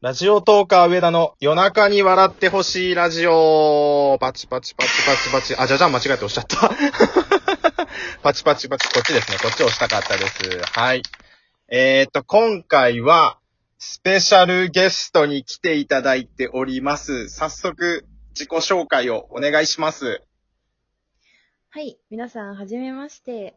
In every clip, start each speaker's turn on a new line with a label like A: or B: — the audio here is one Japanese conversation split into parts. A: ラジオトーカー上田の夜中に笑ってほしいラジオ。パチパチパチパチパチ。あ、じゃじゃん間違えて押しちゃった。 パチパチパチ。こっちですね。こっち押したかったです。はい。えー、っと、今回は、スペシャルゲストに来ていただいております。早速、自己紹介をお願いします。
B: はい、皆さん、はじめまして。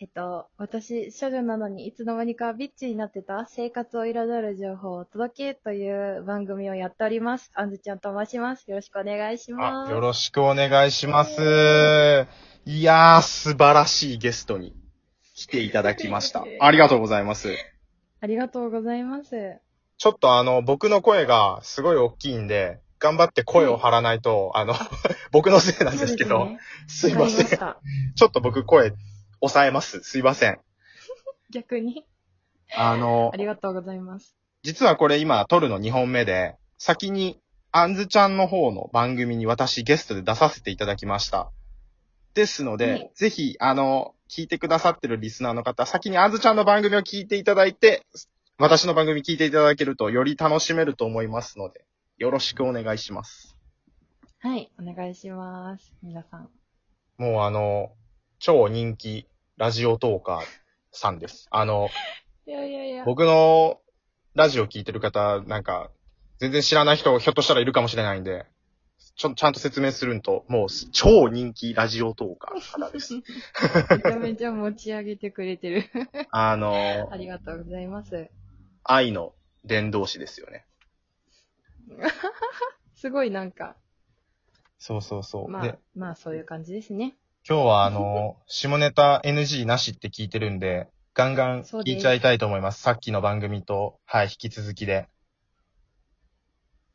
B: えっと、私、処女なのにいつの間にかビッチになってた生活を彩る情報をお届けという番組をやっております。あんずちゃんと申します。よろしくお願いしま
A: あ、
B: す。
A: よろしくお願いします。いやー、素晴らしいゲストに来ていただきました。ありがとうございます。
B: ありがとうございます。
A: ちょっとあの、僕の声がすごい大きいんで、頑張って声を張らないと、あの、 僕のせいなんですけど、す
B: そう
A: い
B: ですね、わ
A: ま
B: かり
A: せ
B: ま
A: ん。
B: し
A: ち
B: た。
A: ょっと僕声抑えます。すいません。
B: 逆に。
A: あの
B: あ、りがとうございます。
A: 実はこれ今撮るの2本目で、先にあんずちゃんの方の番組に私ゲストで出させていただきました。ですので、
B: はい
A: ぜひ、あの、聞いてくださってるリスナーの方、先にあんずちゃんの番組を聞いていただいて、私の番組聞いていただけるとより楽しめると思いますので、よろしくお願いします。
B: はい、お願いします。皆さん。
A: もうあの、超人気ラジオトーカーさんです。あの、
B: いやいやいや。
A: 僕のラジオ聞いてる方、なんか、全然知らない人、ひょっとしたらいるかもしれないんで、ちょ、ちゃんと説明するんと、もう、超人気ラジオトーカーの方 です。
B: めちゃめちゃ持ち上げてくれてる。
A: あの
B: あ、りがとうございます。
A: 愛の伝道師ですよね。
B: すごいなんか、
A: そうそうそう。
B: まあ
A: で、、
B: まあそういう感じですね。
A: 今日はあ の、下ネタ NG なしって聞いてるんで、ガンガン
B: そう
A: 聞
B: で
A: い
B: す
A: ちゃいたいと思います。さっきの番組と、はい、引き続きで。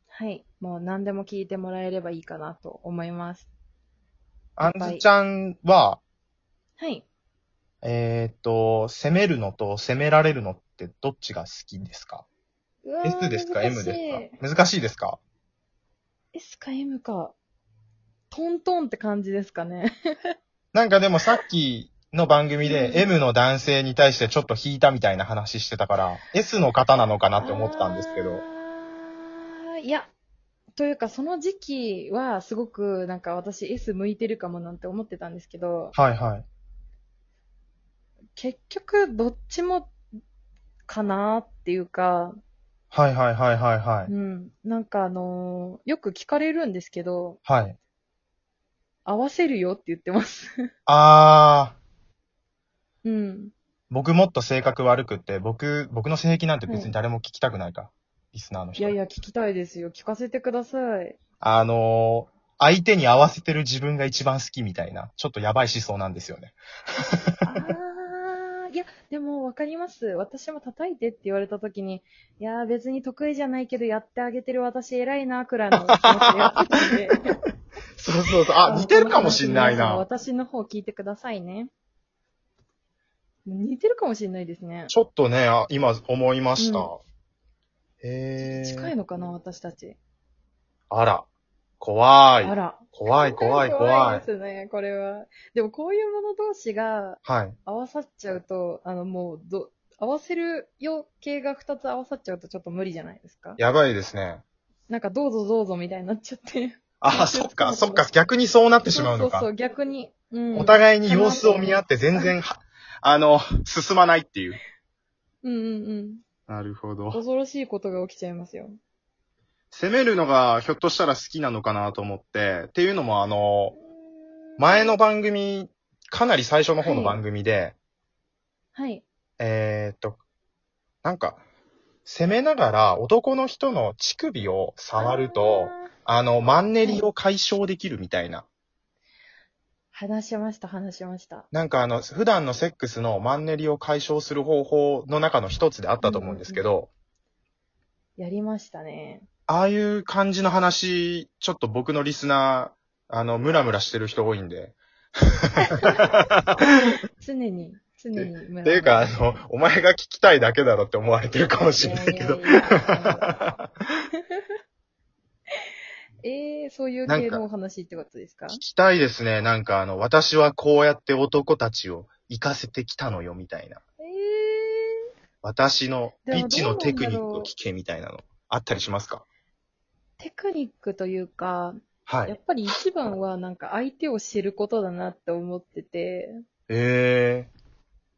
B: はい。もう何でも聞いてもらえればいいかなと思います。
A: あんずちゃんは、
B: はい。
A: えーっと、攻めるのと攻められるのってどっちが好きですか ?S ですか ?M ですか難しいですか
B: ?S か M か。トントンって感じですかね。
A: なんかでもさっきの番組で
B: うん
A: M の男性に対してちょっと引いたみたいな話してたから、S の方なのかなって思ってたんですけど。
B: あー。いや。というか、その時期はすごくなんか私 S 向いてるかもなんて思ってたんですけど、
A: はいはい。
B: 結局どっちもかなっていうか、
A: はいはいはいはいは
B: う
A: い。
B: ん。なんかあのーよく聞かれるんですけど、
A: はい。
B: 合わせるよって言ってます。
A: あー、
B: うん。
A: 僕もっと性格悪くって、僕、僕の性癖なんて別に誰も聞きたくないか。リスナーの
B: い
A: 人。
B: やいや、聞きたいですよ。聞かせてください。
A: あのー相手に合わせてる自分が一番好きみたいな、ちょっとやばい思想なんですよね。
B: あーいや、でもわかります。私も叩いてって言われたときに、いやー、別に得意じゃないけど、やってあげてる私偉いな、くらいの気持ちでやってたんで。
A: そうそうそう。あ、似てるかもしんないな。
B: 私の方聞いてくださいね。似てるかもしれないですね。
A: ちょっとね、あ今思いました。
B: うん
A: へえ。
B: 近いのかな、私たち。
A: あら。怖
B: あ
A: い。
B: ら。
A: 怖い、怖い、怖い
B: で。すね、これは。でもこういうもの同士が
A: はい。
B: 合わさっちゃうと、あの、もう、ど、合わせるよ系が2つ合わさっちゃうとちょっと無理じゃないですか。
A: やばいですね。
B: なんか、どうぞどうぞみたいになっちゃって。
A: あ、
B: そう
A: そっ
B: そ
A: か、
B: うそ
A: そうっか、逆にそうなってしまう
B: そ
A: の
B: うそうそ
A: か。
B: う、逆に。うん。
A: お互いに様子を見合って全然、はあの、進まないっていう。
B: うんうんうん。
A: なるほど。
B: 恐ろしいことが起きちゃいますよ。
A: 攻めるのが、ひょっとしたら好きなのかなと思って、っていうのもあの、前の番組、かなり最初の方の番組で、
B: はい。
A: えーっと、なんか、攻めながら男の人の乳首を触ると、あの、マンネリを解消できるみたいな。
B: あー。話しました、話しました。
A: なんかあの、普段のセックスのマンネリを解消する方法の中の一つであったと思うんですけど、
B: やりましたね。
A: ああいう感じの話、ちょっと僕のリスナー、あの、ムラムラしてる人多いんで。
B: 常に、常にムラムラ。
A: っていうか、あの、お前が聞きたいだけだろって思われてるかもしれないけど。
B: いやいやいやえー、そういう系のお話ってことですか
A: 聞きたいですね。なんかあの、私はこうやって男たちを生かせてきたのよ、みたいな。
B: えー。
A: 私の、
B: でも
A: ビッチのテクニック
B: どうなんだろ
A: を
B: う
A: 聞け、みたいなの。あったりしますか
B: テクニックというか、
A: は
B: やっ
A: い。
B: ぱり一番はなんか相手を知ることだなって思ってて、
A: え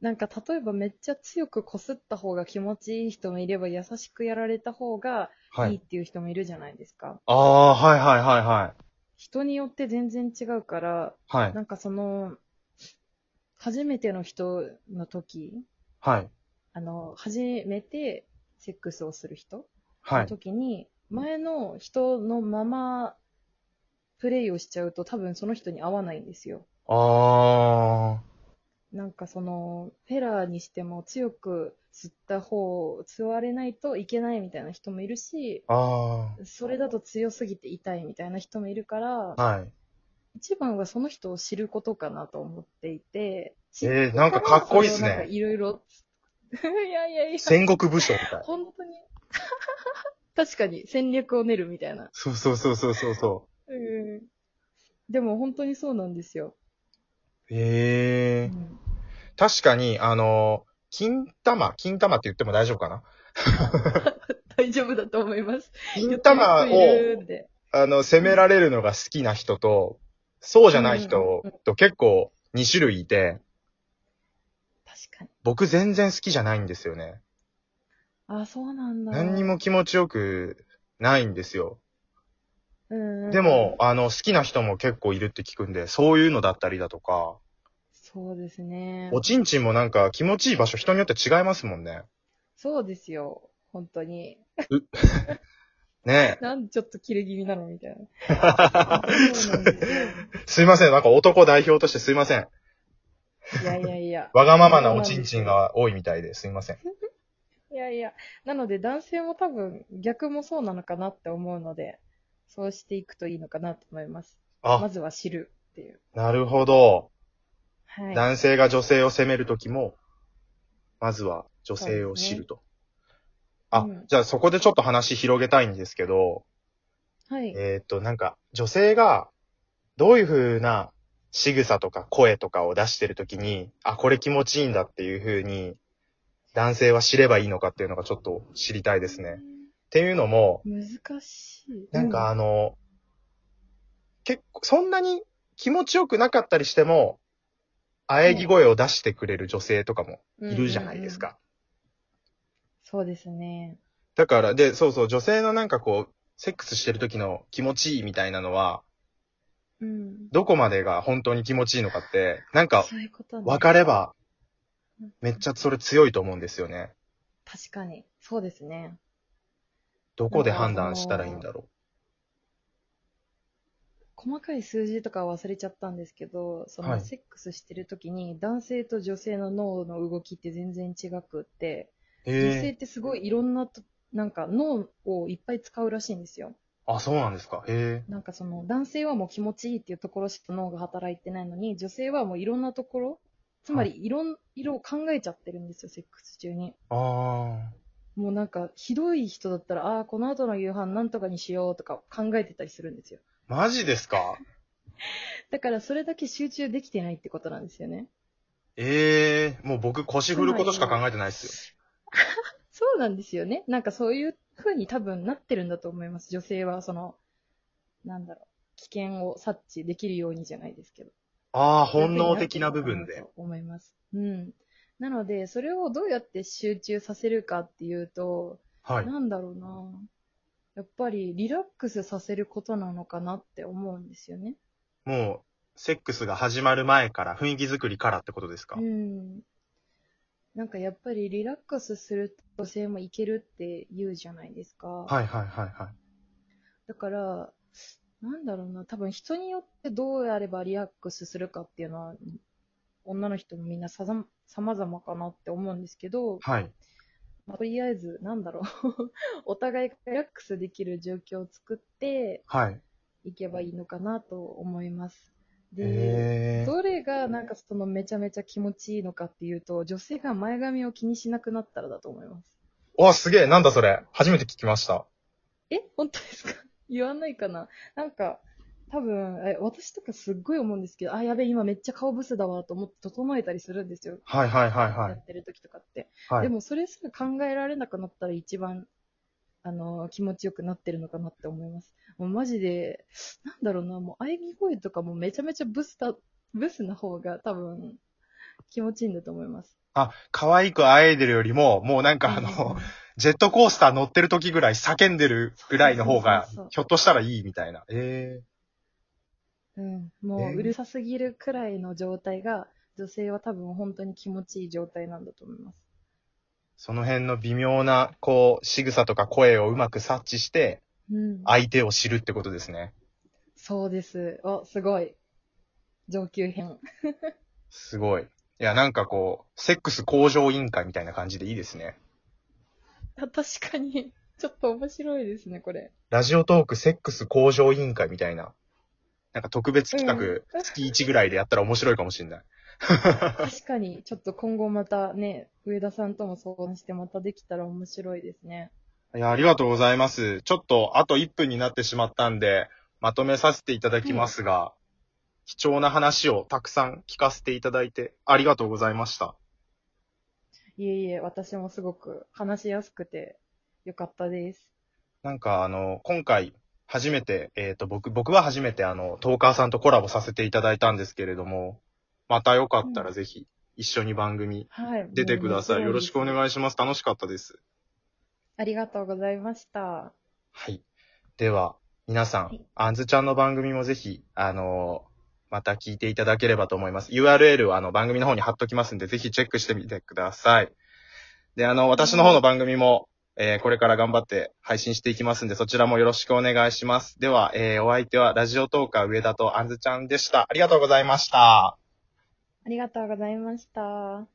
B: なんか例えばめっちゃ強くこすった方が気持ちいい人もいれば優しくやられた方が
A: ー、はい
B: い
A: い
B: っ。ていう人もいるじゃないですか。
A: ああ、はいはいはいはい。
B: 人によって全然違うから、
A: はい。
B: なんかその、初めての人の時、
A: はい。
B: あの、初めてセックスをする人
A: は
B: の
A: い。
B: 時に、前の人のままプレイをしちゃうと多分その人に合わないんですよ。
A: あ
B: なんかその、フェラーにしても強く吸った方を吸われないといけないみたいな人もいるし、
A: あ、あ
B: それだと強すぎて痛いみたいな人もいるか
A: あ、、
B: ら
A: はい。
B: 一番はその人を知ることかなと思っていて、知って
A: えー、なんかかっこいいっす
B: なんか
A: ね。
B: いろいろ、 いやいやいや、
A: 戦国武将みたい。
B: 本当に。 確かに戦略を練るみたいな。
A: そうそうそうそうそうそ
B: うん。でも本当にそうなんですよ。
A: う。ええ
B: うん
A: 確かに、あの、金玉、金玉って言っても大丈夫かな
B: 大丈夫だと思います。
A: 金玉
B: 言って
A: を、
B: る人いるんで
A: あの、攻められるのが好きな人と、そうじゃない人と結構2種類いて、
B: 確かに。
A: 僕全然好きじゃないんですよね。
B: あ、そうなんだ。
A: 何にも気持ちよくないんですよ。
B: うんうん
A: でも、、あの、好きな人も結構いるって聞くんで、そういうのだったりだとか、
B: そうですね。
A: おちんちんもなんか気持ちいい場所人によって違いますもんね。
B: そうですよ。本当に。
A: ね
B: なんでちょっと切れ気味なのみたい
A: え。
B: な。そうなんですよ。
A: すいません、なんか男代表としてすいません。
B: いやいやいや。
A: わがままなおちんちんが多いみたいですいません。
B: いやいや。なので男性も多分逆もそうなのかなって思うので、そうしていくといいのかなと思います。ま
A: あ、
B: ずは知るっていう。
A: なるほど。
B: はい。
A: 男性が女性を責めるときも、まずは女性を知ると。あ
B: うん、
A: じゃあそこでちょっと話広げたいんですけど、
B: はい。
A: えーっと、なんか、女性が、どういう風な仕草とか声とかを出してるときに、あ、これ気持ちいいんだっていう風に、男性は知ればいいのかっていうのがちょっと知りたいですね。っていうのも、
B: 難しい。
A: なんかあの、結構、そんなに気持ちよくなかったりしても、喘ぎ声を出してくれる女性とかも
B: うん、
A: いるじゃないです
B: うんうんうん。
A: か。
B: そうですね。
A: だから、で、そうそう、女性のなんかこう、セックスしてる時の気持ちいいみたいなのは、
B: うん。
A: どこまでが本当に気持ちいいのかって、なんか、
B: そういうことね。
A: 分かれば、めっちゃそれ強いと思うんですよね。
B: 確かに。そうですね。
A: どこで判断したらいいんだろ
B: 細かい数字とかは忘れちゃったんですけど、そ
A: は
B: の
A: い
B: セックスしてる時に男性と女性の脳の動きって全然違くって、
A: う。
B: 女性っ
A: ええ
B: てすごいいろんなと、なんか脳をいっぱい使うらしいんですよ。
A: あ、そうなんですか。え
B: なんかその男性はもう気持ちいいっていうところしか脳が働いてないのに、女性はもういろんなところ、つまりいろん、いろ考えちゃってるんですよ、セックス中
A: え
B: に。
A: あ
B: もうなんかひどい人だったら、ああー、この後の夕飯なんとかにしようとか考えてたりするんですよ。
A: あ。マジですか
B: だからそれだけ集中できてないってことなんですよね。
A: ええもう僕腰振ることしか考えてないです
B: そうなんですよね。なんかそういう風に多分なってるんだと思います。女性は、その、なんだろう、危険を察知できるようにじゃないですけど。
A: よ。ああ、本能的な部分で。。
B: 思います。うん。なので、それをどうやって集中させるかっていうと、
A: はい。
B: なんだろうな。やっぱりリラックスさせることなのかなって思うんですよね。
A: もう、セックスが始まる前から、雰囲気作りからってことですか、
B: うん。なんかやっぱりリラックスすると女性もいけるって言うじゃないですか。
A: はいはいはいはい。
B: だから、なんだろうな、多分人によってどうやればリラックスするかっていうのは、女の人もみんなさざ様々かなって思うんですけど、
A: はい。
B: まあ、とりあえず、なんだろう、 お互いがリラックスできる状況を作って
A: はい。
B: いけばいいのかなと思います。で、
A: ええ
B: どれがなんかそのめちゃめちゃ気持ちいいのかっていうと、女性が前髪を気にしなくなったらだと思います。
A: わ、すげえ。なんだそれ。初めて聞きました。
B: え本当ですか 言わないかななんか、多分、え私とかすっごい思うんですけど、あ、やべえ、今めっちゃ顔ブスだわと思って整えたりするんですよ。
A: はいはいはいは
B: や
A: い。
B: ってる時とかって。
A: はい、
B: でもそれすら考えられなくなったら一番あの、気持ちよくなってるのかなって思います。もうマジで、なんだろうな、もう、喘ぎ声とかもめちゃめちゃブスだ、ブスな方が多分、気持ちいいんだと思います。
A: あ、可愛く会えてるよりも、もうなんかあ
B: う
A: の
B: ん、
A: ジェットコースター乗ってる時ぐらい叫んでるぐらいの方が
B: そうそうそうそう、
A: ひょっとしたらいいみたいな。え
B: うん、も
A: え
B: う
A: ー
B: うるさすぎるくらいの状態が、女性は多分本当に気持ちいい状態なんだと思います。
A: その辺の微妙な、こう、仕草とか声をうまく察知して、
B: うん。
A: 相手を知るってことですね。
B: そうです。お、すごい。上級編。
A: すごい。いや、なんかこう、セックス向上委員会みたいな感じでいいですね。
B: あ 確かに、ちょっと面白いですね、これ。
A: ラジオトークセックス向上委員会みたいな。なんか特別企画、
B: うん
A: 月1ぐらいでやったら面白いかもしれない。
B: 確かに、ちょっと今後またね、上田さんとも相談してまたできたら面白いですね。
A: いや、ありがとうございます。ちょっと、あと1分になってしまったんで、まとめさせていただきますが、貴重な話をたくさん聞かせていただいて、ありがとうございました。
B: いえいえ、私もすごく話しやすくてよかったです。
A: なんか、あの、今回、初めて、えっ、と、僕、僕は初めて、あの、トーカーさんとコラボさせていただいたんですけれども、またよかったらぜひ、一緒に番組
B: はい。
A: 出てください。よろしくお
B: い。
A: 願いします。楽しかったです。
B: ありがとうございました。
A: はい。では、皆さん、
B: はい
A: あんずちゃんの番組もぜひ、あのーまた聞いていただければと思います。URL をあの番組の方に貼っときますんで、ぜひチェックしてみてください。で、あの、私の方の番組も、えーこれから頑張って配信していきますんで、そちらもよろしくお願いします。では、えーお相手はラジオトーカー上田とあんずちゃんでした。ありがとうございました。
B: ありがとうございました。